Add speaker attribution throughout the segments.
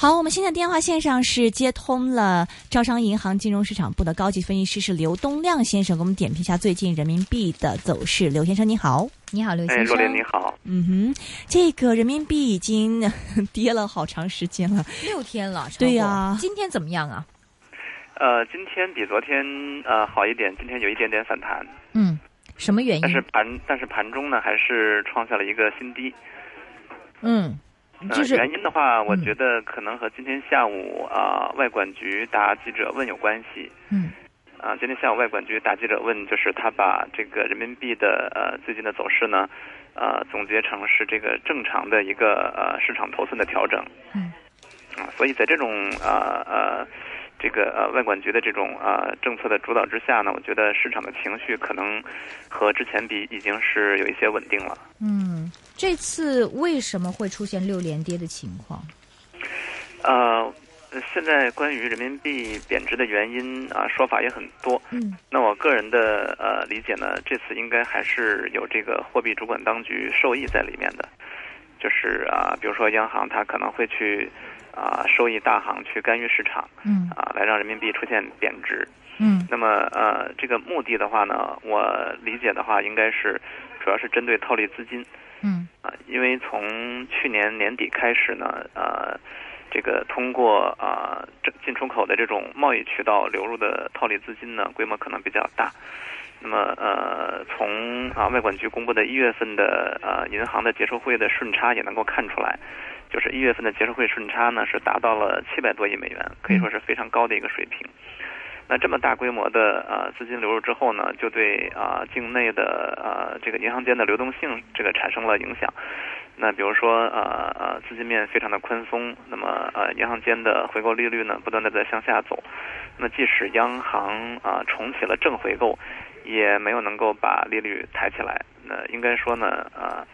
Speaker 1: 好，我们现在电话线上是接通了招商银行金融市场部的高级分析师是刘东亮先生，给我们点评一下最近人民币的走势。刘先生，你好。
Speaker 2: 你好，刘
Speaker 3: 哎，
Speaker 2: 先
Speaker 3: 若
Speaker 2: 生。
Speaker 3: 琳你好，
Speaker 1: 嗯哼，这个人民币已经嗯跌了好长时间了。
Speaker 2: 六天了，超过
Speaker 1: 对呀
Speaker 2: 今天怎么样啊？
Speaker 3: 呃，今天比昨天呃好一点，今天有一点点反弹，
Speaker 2: 嗯，什么原因
Speaker 3: 但？是盘但是盘中呢还是创下了一个新低。
Speaker 2: 嗯，
Speaker 3: 呃、
Speaker 2: 就是
Speaker 3: 原因的话，我
Speaker 2: 嗯
Speaker 3: 觉得可能和今天下午啊、外管局答记者问有关系。
Speaker 2: 嗯
Speaker 3: 啊、今天下午外管局答记者问，就是他把这个人民币的呃最近的走势呢，呃总结成是这个正常的一个呃市场头寸的调整。
Speaker 2: 嗯
Speaker 3: 啊，所以在这种呃呃这个呃外管局的这种呃政策的主导之下呢，我觉得市场的情绪可能和之前比已经是有一些稳定了。
Speaker 2: 嗯，这次为什么会出现六连跌的情况？
Speaker 3: 呃，现在关于人民币贬值的原因啊，说法也很多。
Speaker 2: 嗯
Speaker 3: 那我个人的呃理解呢，这次应该还是有这个货币主管当局受益在里面的，就是啊、比如说央行它可能会去啊、受益大行去干预市场
Speaker 2: 嗯
Speaker 3: 啊、来让人民币出现贬值。
Speaker 2: 嗯
Speaker 3: 那么呃，这个目的的话呢，我理解的话应该是主要是针对套利资金
Speaker 2: 嗯
Speaker 3: 啊、因为从去年年底开始呢，呃，这个通过啊、这进出口的这种贸易渠道流入的套利资金呢，规模可能比较大。那么呃，从啊外管局公布的一月份的呃银行的结售汇的顺差也能够看出来，就是一月份的结售汇顺差呢是达到了七百多亿美元，可以说是非常高的一个水平。那这么大规模的呃资金流入之后呢，就对啊、境内的呃这个银行间的流动性这个产生了影响。那比如说呃呃资金面非常的宽松，那么呃银行间的回购利率呢不断的在向下走。那么即使央行啊、重启了正回购，也没有能够把利率抬起来。那应该说呢呃。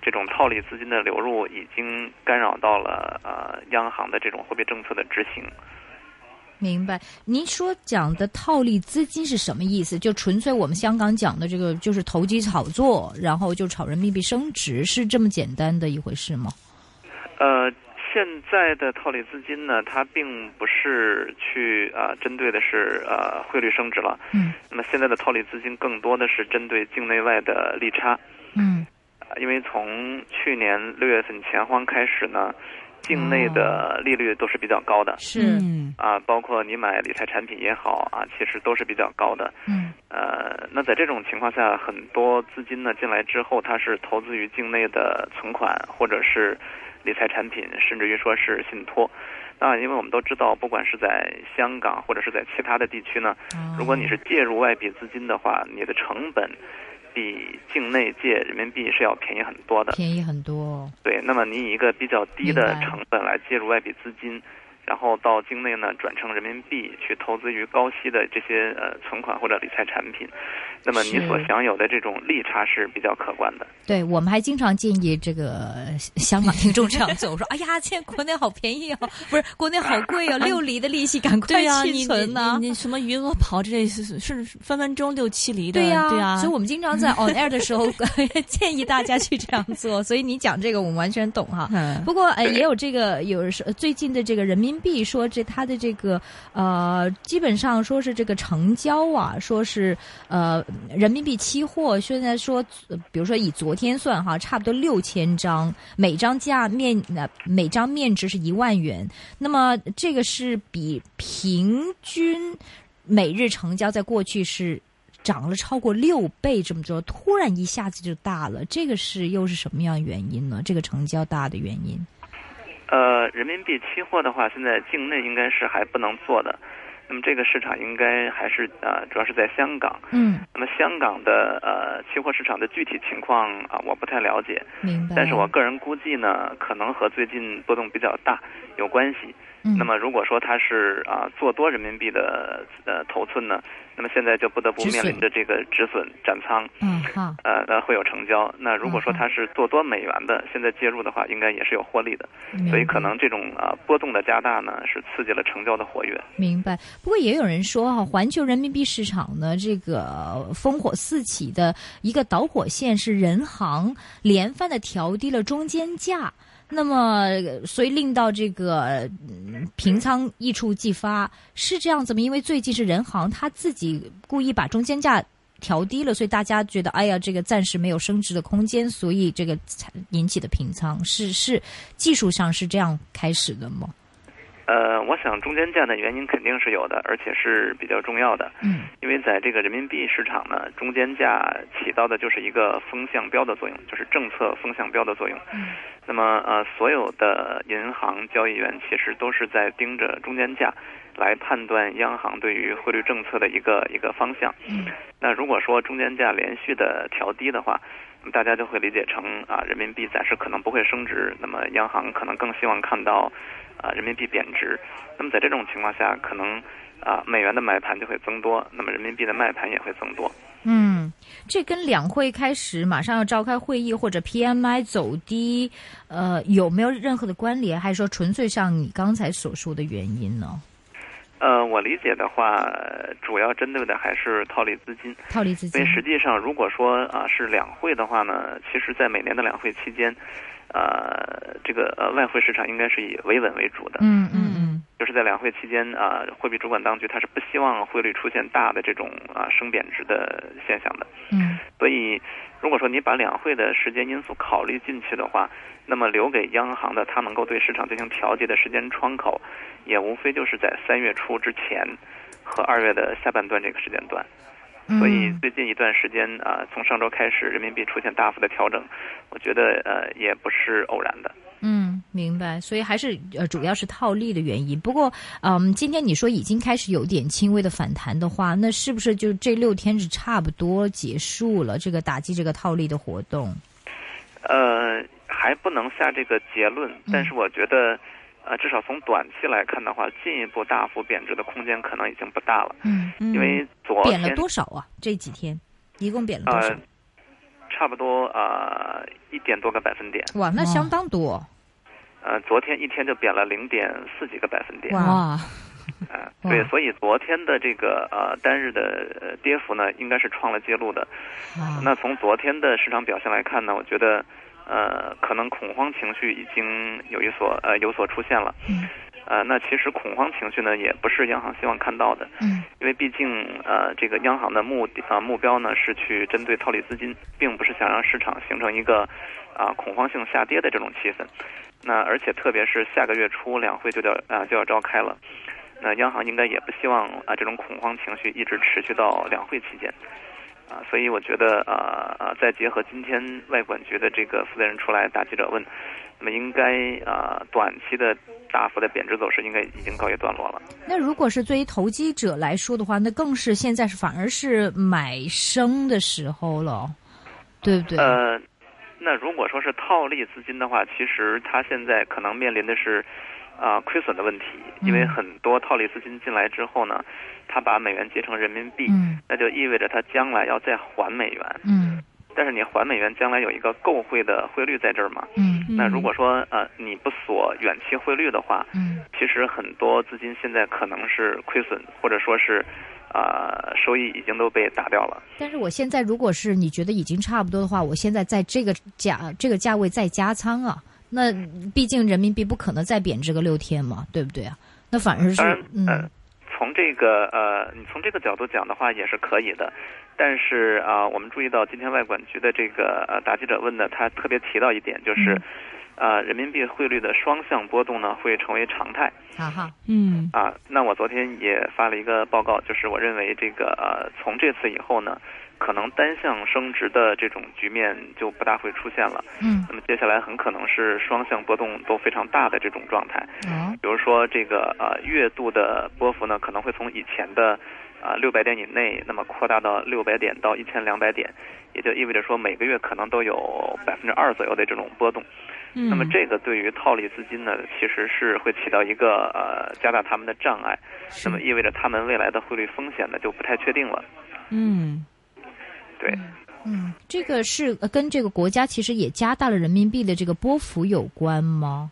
Speaker 3: 这种套利资金的流入已经干扰到了呃央行的这种货币政策的执行。
Speaker 2: 明白。您说讲的套利资金是什么意思？就纯粹我们香港讲的这个，就是投机炒作，然后就炒人民币升值，是这么简单的一回事吗？
Speaker 3: 呃，现在的套利资金呢，它并不是去啊、呃针对的是呃汇率升值了。
Speaker 2: 嗯
Speaker 3: 那么现在的套利资金更多的是针对境内外的利差，
Speaker 2: 嗯
Speaker 3: 呃因为从去年六月份前荒开始呢，境内的利率都是比较高的。
Speaker 2: 是
Speaker 1: 嗯
Speaker 3: 啊，包括你买理财产品也好啊，其实都是比较高的。
Speaker 2: 嗯
Speaker 3: 呃，那在这种情况下，很多资金呢进来之后，它是投资于境内的存款或者是理财产品，甚至于说是信托。那因为我们都知道，不管是在香港或者是在其他的地区呢，如果你是介入外币资金的话，你的成本比境内借人民币是要便宜很多的。
Speaker 2: 嗯便宜很多，哦
Speaker 3: 对，那么你以一个比较低
Speaker 2: 明
Speaker 3: 的
Speaker 2: 白
Speaker 3: 成本来介入外币资金，然后到境内呢转成人民币去投资于高息的这些呃存款或者理财产品，那么你
Speaker 2: 是
Speaker 3: 所享有的这种利差是比较可观的。
Speaker 2: 对，我们还经常建议这个 呃香港听众这样做，我说：“哎呀，现在国内好便宜哦，不是国内好 贵哦，六厘的利息，赶快
Speaker 1: 对呀、
Speaker 2: 去
Speaker 1: 你你
Speaker 2: 存呐、
Speaker 1: 你你什么余额宝之类是是是分分钟六七厘的，
Speaker 2: 对呀、
Speaker 1: 对呀、
Speaker 2: 所以我们经常在 on air 的时候 建议大家去这样做。所以你讲这个，我们完全懂哈。
Speaker 1: 嗯
Speaker 2: 不过呃，也有这个有人说最近的这个人民币说这它的这个呃，基本上说是这个成交啊，说是呃人民币期货现在说，呃比如说以昨天算哈，差不多六千张，每张价面呃每张面值是一万元，那么这个是比平均每日成交在过去是。涨了超过六倍这么多，突然一下子就大了，这个是又是什么样的原因呢？这个成交大的原因，
Speaker 3: 呃，人民币期货的话，现在境内应该是还不能做的，那么这个市场应该还是呃主要是在香港。
Speaker 2: 嗯，
Speaker 3: 那么香港的呃期货市场的具体情况啊、我不太了解，
Speaker 2: 明白。
Speaker 3: 但是我个人估计呢，可能和最近波动比较大有关系。
Speaker 2: 嗯
Speaker 3: 那么如果说它是啊、做多人民币的呃头寸呢，那么现在就不得不
Speaker 2: 止损
Speaker 3: 面临着这个止损斩仓，
Speaker 2: 嗯哈，
Speaker 3: 呃，那会有成交。那如果说
Speaker 2: 嗯嗯
Speaker 3: 它是做多美元的，现在介入的话，应该也是有获利的。所以
Speaker 2: 明白
Speaker 3: 可能这种啊、波动的加大呢，是刺激了成交的活跃。
Speaker 2: 明白。不过也有人说哈、环球人民币市场呢，这个烽火四起的一个导火线是人行连番的调低了中间价。那么呃所以令到这个嗯平仓一触即发，是这样子吗？因为最近是人行他自己故意把中间价。调低了，所以大家觉得，哎呀，这个暂时没有升值的空间，所以这个才引起的平仓是是技术上是这样开始的吗？
Speaker 3: 呃，我想中间价的原因肯定是有的，而且是比较重要的。
Speaker 2: 嗯
Speaker 3: 因为在这个人民币市场呢，中间价起到的就是一个风向标的作用，就是政策风向标的作用。
Speaker 2: 嗯
Speaker 3: 那么呃，所有的银行交易员其实都是在盯着中间价来判断央行对于汇率政策的一个一个方向。
Speaker 2: 嗯
Speaker 3: 那如果说中间价连续的调低的话，那么大家就会理解成啊，人民币暂时可能不会升值，那么央行可能更希望看到啊人民币贬值。那么在这种情况下，可能啊美元的买盘就会增多，那么人民币的卖盘也会增多。
Speaker 2: 嗯，这跟两会开始马上要召开会议或者 PMI 走低，呃，有没有任何的关联？还是说纯粹像你刚才所说的原因呢？
Speaker 3: 呃，我理解的话，呃主要针对的还是套利资金。
Speaker 2: 套利资
Speaker 3: 因
Speaker 2: 金
Speaker 3: 为，实际上，如果说啊是两会的话呢，其实，在每年的两会期间，呃，这个呃外汇市场应该是以维稳为主的，
Speaker 2: 嗯嗯嗯
Speaker 3: 就是在两会期间啊、货币主管当局它是不希望汇率出现大的这种啊、升贬值的现象的。
Speaker 2: 嗯
Speaker 3: 所以，如果说你把两会的时间因素考虑进去的话，那么留给央行的它能够对市场进行调节的时间窗口，也无非就是在三月初之前和二月的下半段这个时间段。
Speaker 2: 嗯，
Speaker 3: 所以最近一段时间啊、从上周开始，人民币出现大幅的调整，我觉得呃也不是偶然的。
Speaker 2: 嗯，明白。所以还是呃，主要是套利的原因。不过，嗯，今天你说已经开始有点轻微的反弹的话，那是不是就这六天是差不多结束了？这个打击这个套利的活动？
Speaker 3: 呃，还不能下这个结论，
Speaker 2: 嗯
Speaker 3: 但是我觉得，呃，至少从短期来看的话，进一步大幅贬值的空间可能已经不大了，
Speaker 2: 嗯，
Speaker 1: 嗯
Speaker 3: 因为昨
Speaker 2: 贬
Speaker 3: 天
Speaker 2: 了多少啊？这几天一共贬了多少？
Speaker 3: 呃，差不多啊一点多个百分点，
Speaker 2: 哇，那相当多。
Speaker 3: 呃，昨天一天就贬了零点四几个百分
Speaker 1: 嗯
Speaker 3: 点，
Speaker 2: 哇，
Speaker 3: 啊，
Speaker 2: 哇
Speaker 3: 对，所以昨天的这个呃单日的呃跌幅呢，应该是创了记录的。
Speaker 2: 啊
Speaker 3: 那从昨天的市场表现来看呢，我觉得，呃，可能恐慌情绪已经有一所呃有所出现了。
Speaker 2: 嗯
Speaker 3: 呃，那其实恐慌情绪呢，也不是央行希望看到的，
Speaker 2: 嗯
Speaker 3: 因为毕竟呃，这个央行的目的啊、目标呢是去针对套利资金，并不是想让市场形成一个啊、恐慌性下跌的这种气氛。那而且特别是下个月初两会就要啊、就要召开了，那央行应该也不希望啊、这种恐慌情绪一直持续到两会期间。啊，所以我觉得，呃呃，再结合今天外管局的这个负责人出来答记者问，那么应该呃短期的大幅的贬值走势应该已经告一段落了。
Speaker 2: 那如果是对于投机者来说的话，那更是现在是反而是买升的时候了，对不对？
Speaker 3: 呃，那如果说是套利资金的话，其实它现在可能面临的是啊、亏损的问题，因为
Speaker 2: 嗯
Speaker 3: 很多套利资金进来之后呢，它把美元结成人民币，
Speaker 2: 嗯
Speaker 3: 那就意味着它将来要再还美元。
Speaker 2: 嗯
Speaker 3: 但是你还美元，将来有一个购汇的汇率在这儿嘛？
Speaker 2: 嗯
Speaker 3: 那如果说呃你不锁远期汇率的话，
Speaker 2: 嗯
Speaker 3: 其实很多资金现在可能是亏损，或者说是啊、收益已经都被打掉了。
Speaker 2: 但是我现在如果是你觉得已经差不多的话，我现在在这个价这个价位再加仓啊，那毕竟人民币不可能再贬值个六天嘛，对不对啊？那反而是
Speaker 3: 当然，
Speaker 2: 嗯
Speaker 3: 呃，从这个呃，你从这个角度讲的话也是可以的，但是啊、我们注意到今天外管局的这个呃答记者问呢，他特别提到一点，就是、
Speaker 2: 嗯
Speaker 3: 呃，人民币汇率的双向波动呢会成为常态
Speaker 2: 好哈，
Speaker 1: 嗯
Speaker 3: 啊。那我昨天也发了一个报告，就是我认为这个呃，从这次以后呢，可能单向升值的这种局面就不大会出现了。
Speaker 2: 嗯
Speaker 3: 那么接下来很可能是双向波动都非常大的这种状态。
Speaker 2: 哦
Speaker 3: 比如说这个呃月度的波幅呢，可能会从以前的啊六百点以内，那么扩大到六百点到一千两百点，也就意味着说每个月可能都有百分之二左右的这种波动。
Speaker 1: 嗯
Speaker 3: 那么这个对于套利资金呢，其实是会起到一个呃加大他们的障碍，那
Speaker 2: 嗯
Speaker 3: 么意味着他们未来的汇率风险呢就不太确定了。
Speaker 1: 嗯
Speaker 3: 对，
Speaker 2: 嗯，这个是呃跟这个国家其实也加大了人民币的这个波幅有关吗？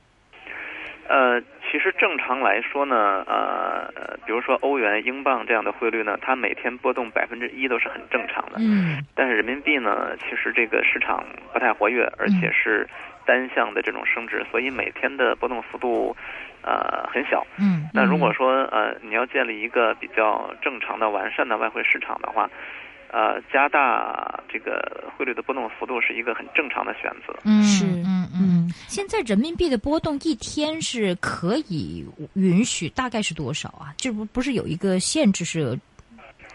Speaker 3: 呃，其实正常来说呢，呃，呃比如说欧元、英镑这样的汇率呢，它每天波动百分之一都是很正常的。
Speaker 2: 嗯嗯
Speaker 3: 但是人民币呢，其实这个市场不太活跃，而且是单向的这种升值，所以每天的波动幅度呃很小。
Speaker 2: 嗯，
Speaker 3: 那如果说呃你要建立一个比较正常的、完善的外汇市场的话，呃，加大这个汇率的波动幅度是一个很正常的选择。
Speaker 2: 嗯
Speaker 1: 是
Speaker 2: 嗯嗯，现在人民币的波动一天是可以允许大概是多少啊？这不不是有一个限制是有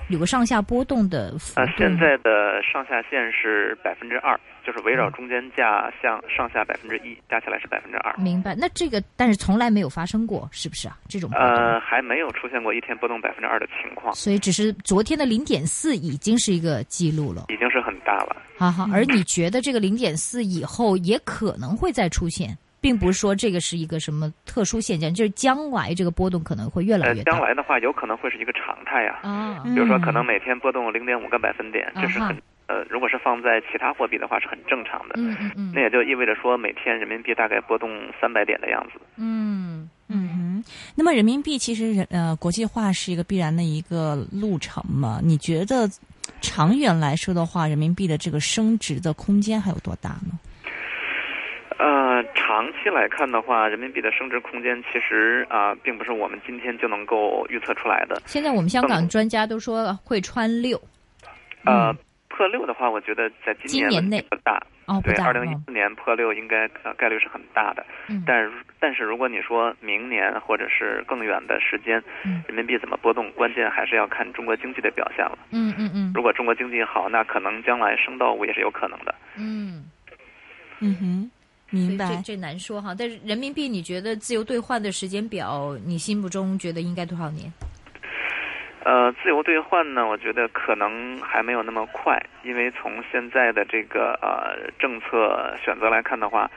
Speaker 2: 有个上下波动的幅度
Speaker 3: 呃
Speaker 2: 吗？，
Speaker 3: 现在的上下限是百分之二，就是围
Speaker 2: 嗯
Speaker 3: 绕中间价向上下百分之一，加起来是百分之二。
Speaker 2: 明白，那这个但是从来没有发生过，是不是啊？这种波动
Speaker 3: 呃，还没有出现过一天波动百分之二的情况，
Speaker 2: 所以只是昨天的零点四已经是一个记录了，
Speaker 3: 已经是很大了。
Speaker 2: 哈哈。而你觉得这个零点四以后也可能会再出现，并不是说这个是一个什么特殊现象，就是将来这个波动可能会越来
Speaker 3: 呃
Speaker 2: 越，大。
Speaker 3: 将来的话，有可能会是一个常态啊。
Speaker 2: 啊，
Speaker 3: 比如说，可能每天波动零点五个百分点，这是很
Speaker 2: 啊
Speaker 3: 呃，如果是放在其他货币的话，是很正常的。
Speaker 2: 嗯嗯嗯
Speaker 3: 那也就意味着说，每天人民币大概波动三百点的样子。
Speaker 2: 嗯嗯
Speaker 1: 嗯哼，那么人民币其实人呃国际化是一个必然的一个路程嘛？你觉得长远来说的话，人民币的这个升值的空间还有多大呢？
Speaker 3: 呃，长期来看的话，人民币的升值空间其实啊、并不是我们今天就能够预测出来的。
Speaker 2: 现在我们香港专家都说会穿六，
Speaker 3: 呃
Speaker 2: 嗯，
Speaker 3: 破六的话，我觉得在今
Speaker 2: 今
Speaker 3: 年
Speaker 2: 年
Speaker 3: 问题
Speaker 2: 内
Speaker 3: 不大。
Speaker 2: 哦，不
Speaker 3: 对，
Speaker 2: 大
Speaker 3: 二零一
Speaker 2: 哦
Speaker 3: 四年破六应该呃概率是很大的。
Speaker 2: 嗯
Speaker 3: 但是但是如果你说明年或者是更远的时间
Speaker 2: 嗯，
Speaker 3: 人民币怎么波动，关键还是要看中国经济的表现了。
Speaker 2: 嗯嗯嗯
Speaker 3: 如果中国经济好，那可能将来升到五也是有可能的。
Speaker 2: 嗯，
Speaker 1: 嗯哼，明
Speaker 2: 所以这
Speaker 1: 白。
Speaker 2: 这难说哈。但是人民币，你觉得自由兑换的时间表，你心目中觉得应该多少年？
Speaker 3: 呃，自由兑换呢，我觉得可能还没有那么快，因为从现在的这个呃政策选择来看的话，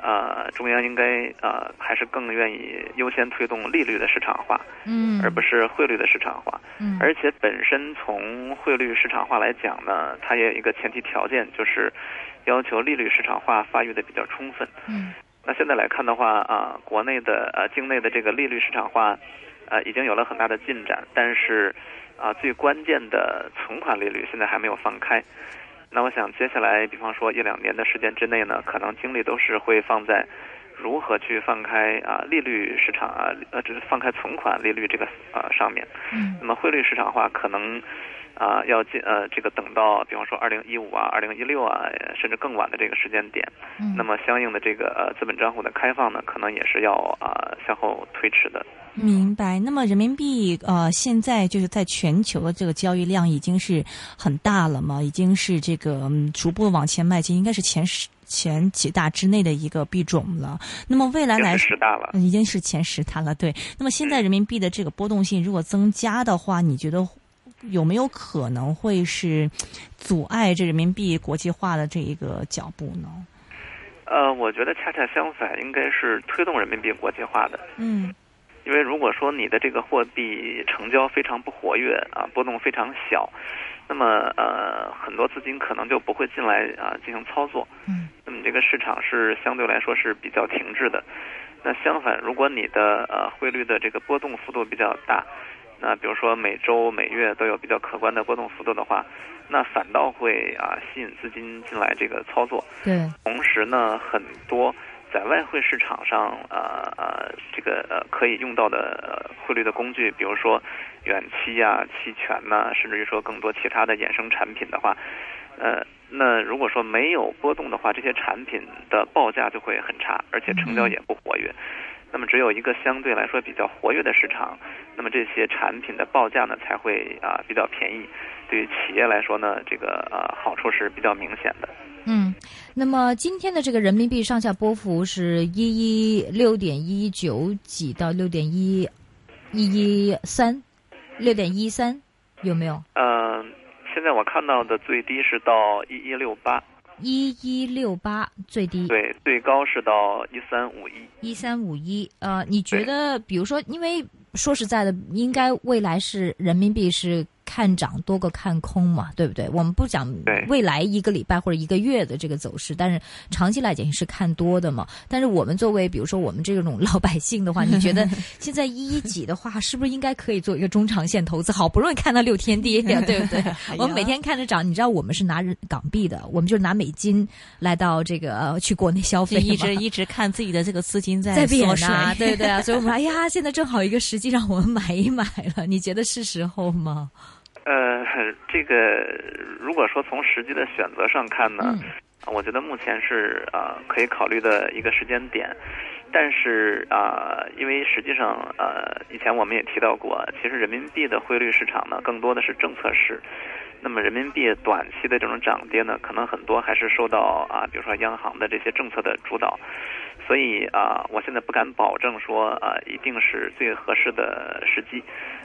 Speaker 3: 呃，中央应该呃还是更愿意优先推动利率的市场化，
Speaker 2: 嗯
Speaker 3: 而不是汇率的市场化。
Speaker 2: 嗯
Speaker 3: 而且本身从汇率市场化来讲呢，它也有一个前提条件，就是要求利率市场化发育的比较充分。
Speaker 2: 嗯
Speaker 3: 那现在来看的话啊，国内的呃境内的这个利率市场化，呃已经有了很大的进展，但是啊最关键的存款利率现在还没有放开。那我想接下来，比方说一两年的时间之内呢，可能精力都是会放在如何去放开啊利率市场啊呃就是放开存款利率这个啊上面。
Speaker 2: 嗯
Speaker 3: 那么汇率市场化可能啊、要进呃这个等到比方说二零一五啊、二零一六啊，呃甚至更晚的这个时间点。
Speaker 2: 嗯
Speaker 3: 那么相应的这个呃资本账户的开放呢，可能也是要啊、向后推迟的。
Speaker 2: 嗯
Speaker 1: 明白。那么人民币呃，现在就是在全球的这个交易量已经是很大了嘛，已经是这个、嗯逐步往前迈进，应该是前十前几大之内的一个币种了。那么未来
Speaker 3: 已经
Speaker 1: 来说
Speaker 3: 是十大了。
Speaker 1: 嗯已经是前十它了，对。那么现在人民币的这个波动性如果增加的话，你觉得有没有可能会是阻碍这人民币国际化的这一个脚步呢？
Speaker 3: 呃，我觉得恰恰相反，应该是推动人民币国际化的。
Speaker 1: 嗯
Speaker 3: 因为如果说你的这个货币成交非常不活跃啊，波动非常小，那么呃很多资金可能就不会进来啊进行操作。
Speaker 2: 嗯
Speaker 3: 那么这个市场是相对来说是比较停滞的。那相反，如果你的呃汇率的这个波动幅度比较大，那比如说每周、每月都有比较可观的波动幅度的话，那反倒会啊吸引资金进来这个操作。
Speaker 2: 对
Speaker 3: 同时呢，很多在外汇市场上呃呃这个呃可以用到的呃汇率的工具，比如说远期啊、期权呐、甚至于说更多其他的衍生产品的话，呃，那如果说没有波动的话，这些产品的报价就会很差，而且成交也不活跃。那么只有一个相对来说比较活跃的市场，那么这些产品的报价呢才会啊、比较便宜。对于企业来说呢，这个呃好处是比较明显的。
Speaker 2: 嗯。那么今天的这个人民币上下波幅是一一六点一九几到六点一一一三，六点一三有没有？
Speaker 3: 呃，现在我看到的最低是到一一六八，
Speaker 2: 一一六八最低。
Speaker 3: 对，最高是到一三五一。
Speaker 2: 一三五一，呃，你觉得，比如说，因为说实在的，应该未来是人民币是看涨多过看空嘛，对不对？我们不讲
Speaker 3: 对
Speaker 2: 未来一个礼拜或者一个月的这个走势，但是长期来讲是看多的嘛。但是我们作为比如说我们这种老百姓的话，你 觉得现在一一几的话，是不是应该可以做一个中长线投资？好不容易看到六天跌哎呀，对不 对？
Speaker 1: 哎
Speaker 2: 我们每天看着涨，你知道我们是拿人港币的，我们就是拿美金来到这个、呃去国内消
Speaker 1: 就
Speaker 2: 费嘛，
Speaker 1: 一直一直看自己的这个资金在
Speaker 2: 在贬
Speaker 1: 缩水，
Speaker 2: 啊，对不对啊？所以我们说，哎呀，现在正好一个时机让我们买一买了，你觉得是时候吗？
Speaker 3: 呃，这个如果说从实际的选择上看呢，
Speaker 2: 嗯
Speaker 3: 我觉得目前是啊、呃可以考虑的一个时间点，但是啊、呃因为实际上呃以前我们也提到过，其实人民币的汇率市场呢更多的是政策市，那么人民币短期的这种涨跌呢，可能很多还是受到啊、比如说央行的这些政策的主导，所以啊、我现在不敢保证说啊、一定是最合适的时机，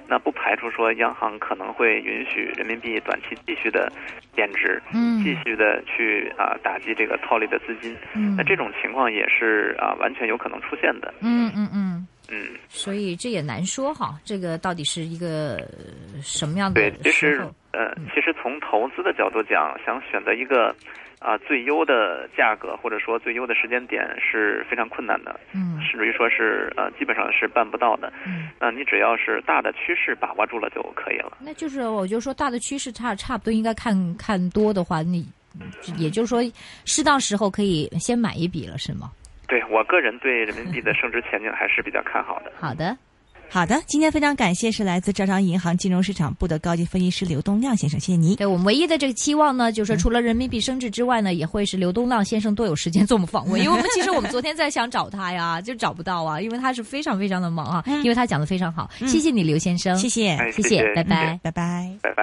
Speaker 3: 那不排除说央行可能会允许人民币短期继续的贬值，继
Speaker 2: 嗯
Speaker 3: 续的去啊、打击这个套利的资金。
Speaker 2: 嗯
Speaker 3: 那这种情况也是啊、完全有可能出现的。
Speaker 2: 嗯嗯嗯，
Speaker 3: 嗯，
Speaker 2: 所以这也难说哈，这个到底是一个呃什么样的嗯
Speaker 3: 对，其
Speaker 2: 时
Speaker 3: 实
Speaker 2: 候？
Speaker 3: 呃，其实从投资的角度讲，想选择一个啊、最优的价格或者说最优的时间点是非常困难的，
Speaker 2: 嗯
Speaker 3: 甚至于说是呃基本上是办不到的。
Speaker 2: 嗯，
Speaker 3: 那你只要是大的趋势把握住了就可以了。
Speaker 2: 那就是我就说大的趋势差差不多应该看看多的话，你也就是说适当时候可以先买一笔了，是吗？
Speaker 3: 对我个人对人民币的升值前景还是比较看好的。
Speaker 2: 好的，
Speaker 1: 好的，今天非常感谢是来自招商银行金融市场部的高级分析师刘东亮先生，谢谢您。
Speaker 2: 对我们唯一的这个期望呢，就是说除了人民币升值之外呢，也会是刘东浪先生多有时间做我们访问，因为我们其实我们昨天在想找他呀，就找不到啊，因为他是非常非常的忙啊，因为他讲的非常好，谢谢你刘先生，
Speaker 1: 谢谢，
Speaker 3: 哎，
Speaker 2: 谢
Speaker 3: 谢
Speaker 2: 谢拜
Speaker 3: 拜
Speaker 2: 拜
Speaker 1: 拜拜。
Speaker 3: 拜拜。